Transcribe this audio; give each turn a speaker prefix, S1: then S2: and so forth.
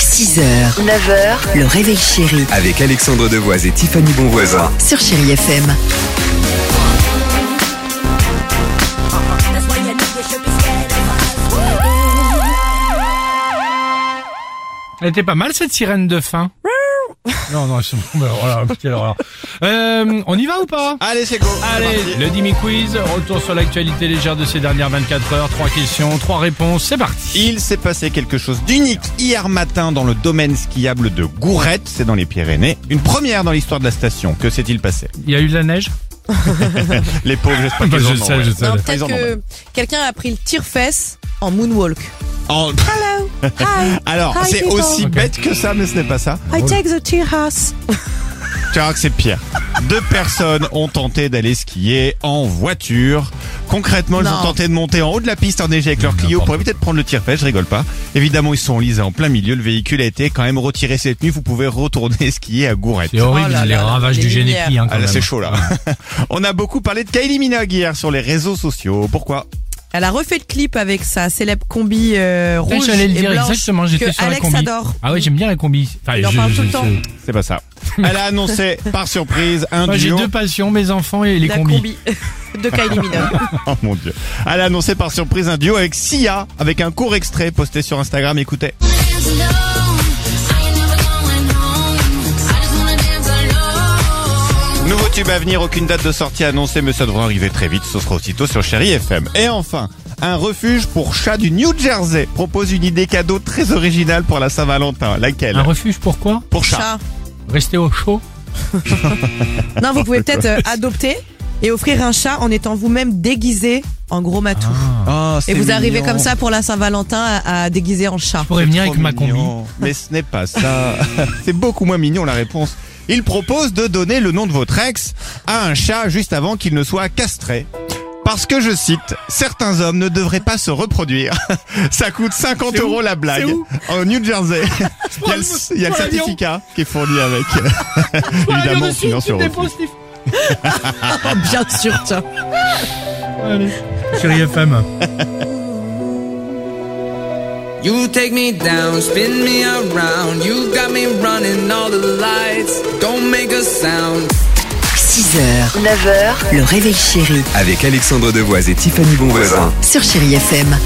S1: 6h, 9h, le réveil chéri
S2: Avec Alexandre Devoise et Tiffany Bonvoisin.
S1: sur Chéri FM.
S3: Elle était pas mal cette sirène de fin. non, non, c'est bon, ben voilà, quelle horreur. Euh, on y va ou pas
S2: Allez, c'est go.
S3: Allez, le Dimi Quiz, retour sur l'actualité légère de ces dernières 24 heures. Trois questions, trois réponses, c'est parti.
S4: Il s'est passé quelque chose d'unique hier matin dans le domaine skiable de Gourette, c'est dans les Pyrénées. Une première dans l'histoire de la station. Que s'est-il passé
S3: Il y a eu de la neige
S4: Les pauvres, j'espère
S3: Bah,
S4: qu'ils
S3: je
S4: en ont,
S3: sais,
S4: ouais.
S3: je sais.
S5: Non,
S4: Ils
S5: peut-être
S4: en ont, ouais.
S5: que quelqu'un a pris le tire-fesse en moonwalk.
S4: En-
S5: Hello, hi,
S4: Alors,
S5: Hi,
S4: c'est
S5: people.
S4: aussi
S3: Ok.
S4: bête que ça, mais ce n'est pas ça.
S5: I take the tear house.
S4: Tu verras que c'est pire. Deux personnes ont tenté d'aller skier en voiture. Concrètement, elles
S5: Non.
S4: ont tenté de monter en haut de la piste enneigée avec leur Clio pour éviter de prendre le tire-fesse, je rigole pas. Évidemment, ils se sont lisés en plein milieu. Le véhicule a été quand même retiré cette nuit. Vous pouvez retourner skier à Gourette.
S3: C'est horrible,
S5: Oh là
S3: les
S5: là,
S3: ravages
S5: les
S3: du
S5: lumières.
S3: génépi. Hein, quand
S4: Ah là,
S3: même.
S4: c'est chaud là. On a beaucoup parlé de Kylie Minogue hier sur les réseaux sociaux. Pourquoi
S5: Elle a refait le clip avec sa célèbre combi euh,
S3: Putain,
S5: rouge
S3: J'allais le
S5: et
S3: dire
S5: blanche
S3: exactement, j'étais
S5: que
S3: sur la
S5: Alex
S3: combi.
S5: adore.
S3: Ah ouais, j'aime bien la combi. Enfin,
S5: Il en
S3: je-
S5: parle
S3: je-
S5: tout le
S3: je-
S5: temps.
S4: C'est pas ça. Elle a annoncé par surprise un
S3: Moi, j'ai
S4: duo.
S3: deux passions, mes enfants et les
S5: la
S3: combis.
S5: combi de Kylie Minogue.
S4: Oh mon dieu. Elle a annoncé par surprise un duo avec Sia avec un court extrait posté sur Instagram. Écoutez. Nouveau tube à venir, aucune date de sortie annoncée, mais ça devrait arriver très vite. Ce sera aussitôt sur Chéri FM. Et enfin, un refuge pour chats du New Jersey propose une idée cadeau très originale pour la Saint-Valentin. Laquelle
S3: Un refuge, pourquoi
S4: Pour chat.
S5: Chat.
S3: Rester au chaud
S5: Non, vous pouvez peut-être euh, adopter et offrir un chat en étant vous-même déguisé en gros matou.
S3: Ah,
S5: et vous arrivez comme ça pour la Saint-Valentin à, à déguiser en chat.
S3: Je pourrais venir avec ma combi.
S4: mignon. Mais ce n'est pas ça. C'est beaucoup moins mignon la réponse. Il propose de donner le nom de votre ex à un chat juste avant qu'il ne soit castré. Parce que, je cite, certains hommes ne devraient pas se reproduire. Ça coûte 50 euros la blague. En New Jersey. Il y a le, il y a le certificat qui est fourni avec.
S3: Ah,
S4: Évidemment, on finance sur refus.
S5: Bien sûr, tiens.
S3: Chérie FM.
S6: You take me down, spin me around. You got me running all the lights. Don't make a sound.
S1: 6h, 9h, le réveil chéri
S7: Avec Alexandre Devoise et Tiffany Bonvoisin.
S1: sur Chéri FM.